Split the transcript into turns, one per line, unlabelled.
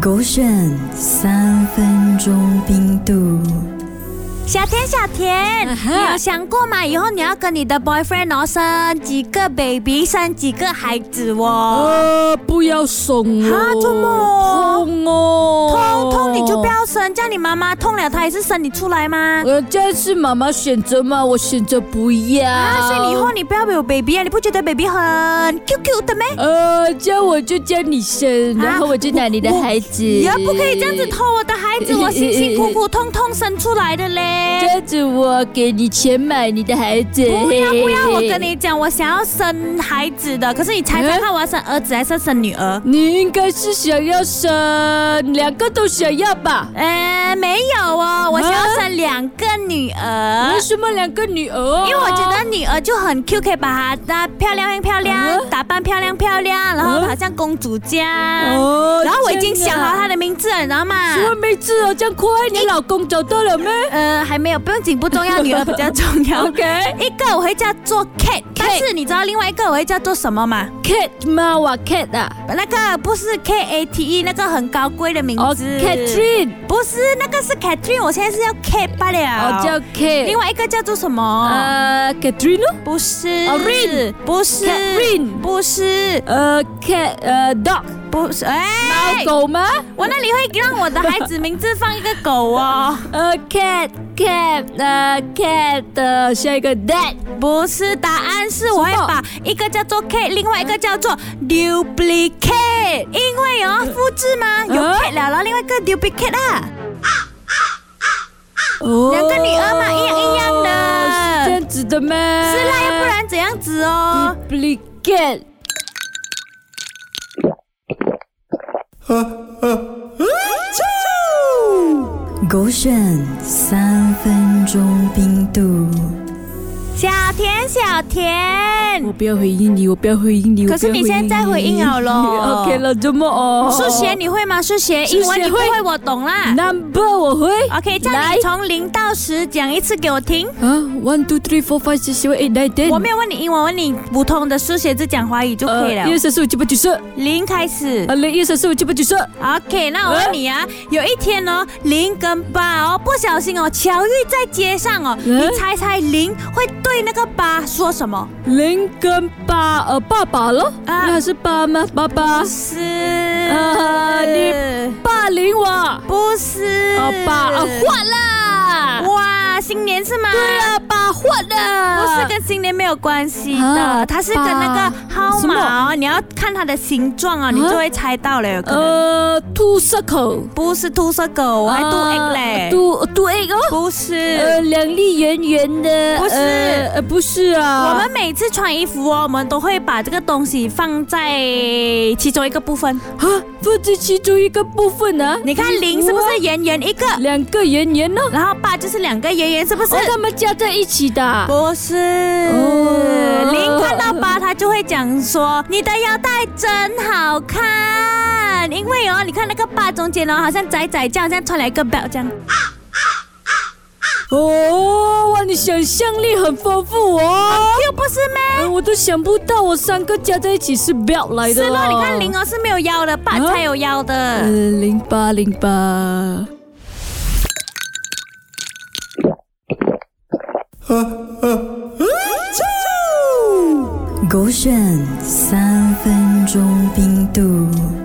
狗选三分钟冰度。
小田，小田，
啊哈
你有想过吗？以后你要跟你的 boyfriend 哦，生几个 baby，生几个孩子哦。
呃，不要怂哦。
啊怎么
痛哦？
痛痛你就不。要生，叫你妈妈痛了，她也是生你出来吗？
呃，这是妈妈选择嘛，我选择不要。
啊，所以你以后你不要有 baby 啊，你不觉得 baby 很 Q Q 的咩？
呃，这样我就叫你生，
啊
然后我就拿你的孩子。
也不可以这样子偷我的孩子，我辛辛苦苦痛痛生出来的
这
嘞。
样子我给你钱买你的孩子。
不要不要，我跟。你讲，我想要生孩子的，可是你猜猜看，我要生儿子还是生女儿？
你应该是想要生，两个都想要吧？
呃，没有哦，我想要生两个女儿
为。什么两个女儿啊？
啊因为我觉得女儿就很 Q，可以把她打漂亮漂亮
啊，
打扮漂亮漂亮，然后
啊
好像公主这样。
哦，
然后我已经想好她哎
的。
的名字了，你知道吗？
什么妹子哦，这样快，你老公找到了没
呃，还没有，不用紧，不重要，女儿比较重要。
啊？OK，Cat
一个我会叫做 cat，但是你知道另外一个我会叫做什么吗？
猫啊，Cat 啊，
那个不是 K A T E，那个很高贵的名
哦
字。
，Catherine，
不是，那个是 Catherine，我现在是要 cat 罢了。
哦叫 Cat，
另外一个叫做什么？
呃，Catherine 哦
不是
哦，Rin
不是
，Catherine，
不是，
呃，Cat，呃，Dog，
不是，
猫，
哎
狗吗？
我那里会让我的孩子名字放一个狗哦，
呃，Cat，Cat，呃，Cat 的下一个 Dad，
不是，答案是我会
什么
把一个叫做 cat，另外一个叫做 duplicate，因为哦，复制吗？有
啊
cat 了，然后另外一个 duplicate 啊，
两
哦两个女儿嘛一样一样的
哦这样子的吗？
是
是
啦，要不然怎样子哦？
b l i g a t
狗选三分钟冰度。
小田，小田
我，不要回应你，我不要回应你。
可是
我不要
你现在回应了 咯
OK 了，周末哦。
数学你会吗？数学、
数学
英文你不
会
会，我懂啦。
number 我会。
OK，这样
来
你从零到十讲一次给我听。
啊，one two three four five six seven eight nine ten。
我没有问你英文，问你普通的数学，只讲华语就可以了
啊一。二三四五七八九十。
零开始。
啊，零一二三四五七八九十。
OK，那我问你啊，有一天哦，零跟八哦，不小心哦，巧遇在街上哦，
嗯
你猜猜零会对那个八说什么？
零跟八，呃，爸爸咯。
啊
那是八吗？爸爸
不，是，
啊你霸凌我。啊，
呃不是，
爸
哦
啊，换啦。
嗯哇，新年是吗？
对啊，爸换
不
啦。
是跟新年没有关系的
啊，
它是跟那个号
什
码哦，
么
你要看它的形状哦，你就会猜到了，有可能。
呃，two circle。
不是兔色狗，我还兔
啊
egg 嘞，
杜杜 egg 哦。
不是。
呃，两粒圆圆的，
不是
呃，呃不是啊，
我们每次穿衣服哦，我们都会把这个东西放在其中一个部分。
啊，放在其中一个部分啊，
你看零是不是圆圆一个，
哇两个圆圆呢？
然后八就是两个圆圆，是不是
哦，？它们加在一起的啊，
不是。
哦
零看到八，他就会讲说你的腰带真好看，因为哦，你看那个八中间哦，好像窄窄这样，像穿了一个 belt 这样。
哦，哇，你想象力很丰富哦，
又不是咩？
嗯我都想不到我三个加在一起是 belt 来的
是
哦
咯，你看零，哦是没有腰的，八
啊
才有腰的。
呃，零八零八。
狗选三分钟冰度。